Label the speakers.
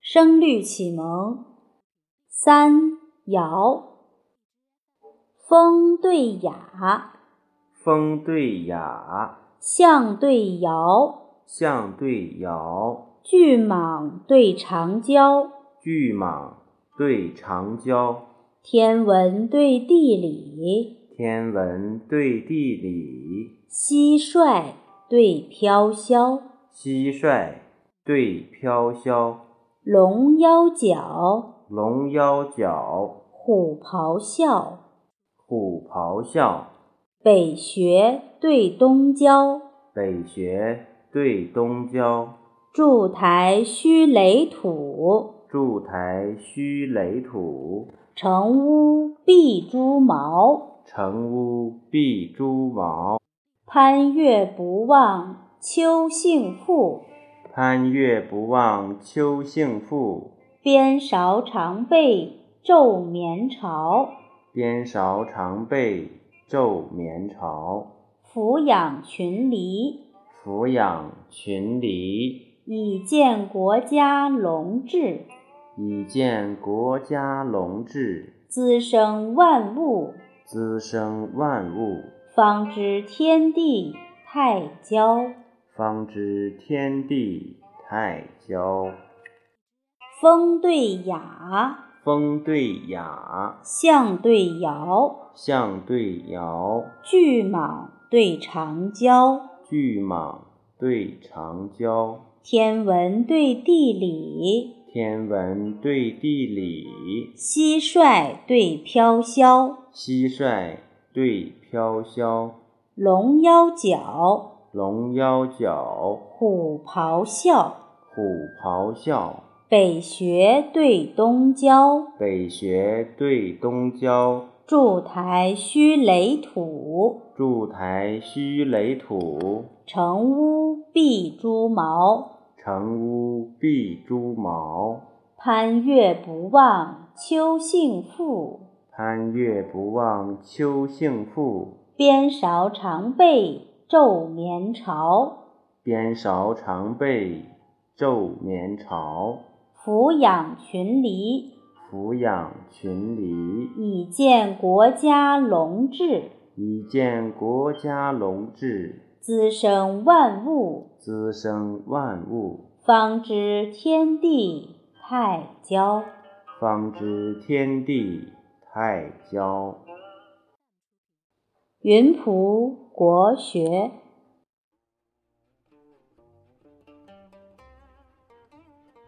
Speaker 1: 声律启蒙，三爻，风对雅，
Speaker 2: 风对雅，
Speaker 1: 象对爻，
Speaker 2: 象对爻，
Speaker 1: 巨蟒对长蛟，
Speaker 2: 巨蟒对长蛟，
Speaker 1: 天文对地理，
Speaker 2: 天文对地理，
Speaker 1: 蟋蟀对飘萧，
Speaker 2: 蟋蟀对飘萧，
Speaker 1: 龙腰角，
Speaker 2: 龙腰角，
Speaker 1: 虎咆哮，
Speaker 2: 虎咆哮，
Speaker 1: 北学对东郊，
Speaker 2: 北学对东郊，
Speaker 1: 筑台须垒土，
Speaker 2: 筑台须垒土，
Speaker 1: 成屋必朱毛。
Speaker 2: 成屋必朱毛，
Speaker 1: 攀月不忘秋兴复，
Speaker 2: 攀月不忘秋兴复，
Speaker 1: 边韶常备昼眠朝。
Speaker 2: 边韶常备昼眠朝。
Speaker 1: 俯仰群黎，
Speaker 2: 俯仰群黎，
Speaker 1: 以见国家隆治；
Speaker 2: 以见国家隆治，
Speaker 1: 滋生万物，
Speaker 2: 滋生万物，
Speaker 1: 方知天地太交。
Speaker 2: 方知天地太交。
Speaker 1: 风对雅，
Speaker 2: 风对雅，
Speaker 1: 象对爻，
Speaker 2: 象对爻，
Speaker 1: 巨蟒对长蛟，
Speaker 2: 巨蟒对长蛟，
Speaker 1: 天文对地理，
Speaker 2: 天文对地理，
Speaker 1: 蟋蟀对飘萧，
Speaker 2: 蟋蟀对飘萧，
Speaker 1: 龙腰角，
Speaker 2: 龙腰角，
Speaker 1: 虎咆哮，
Speaker 2: 虎咆哮，
Speaker 1: 北学对东郊，
Speaker 2: 北学对东郊，
Speaker 1: 筑台须垒土，
Speaker 2: 筑台须垒土，
Speaker 1: 成屋必朱毛。
Speaker 2: 成屋必朱毛。
Speaker 1: 攀月不忘秋兴复，
Speaker 2: 攀月不忘秋兴复，
Speaker 1: 边韶常备昼眠朝。
Speaker 2: 边韶常备昼眠朝。
Speaker 1: 俯仰群黎，
Speaker 2: 俯仰群黎，
Speaker 1: 以见国家隆治；
Speaker 2: 以见国家隆治，
Speaker 1: 滋生万物，
Speaker 2: 滋生万物，
Speaker 1: 方知天地太交。
Speaker 2: 方知天地太交。
Speaker 1: 云浦国学。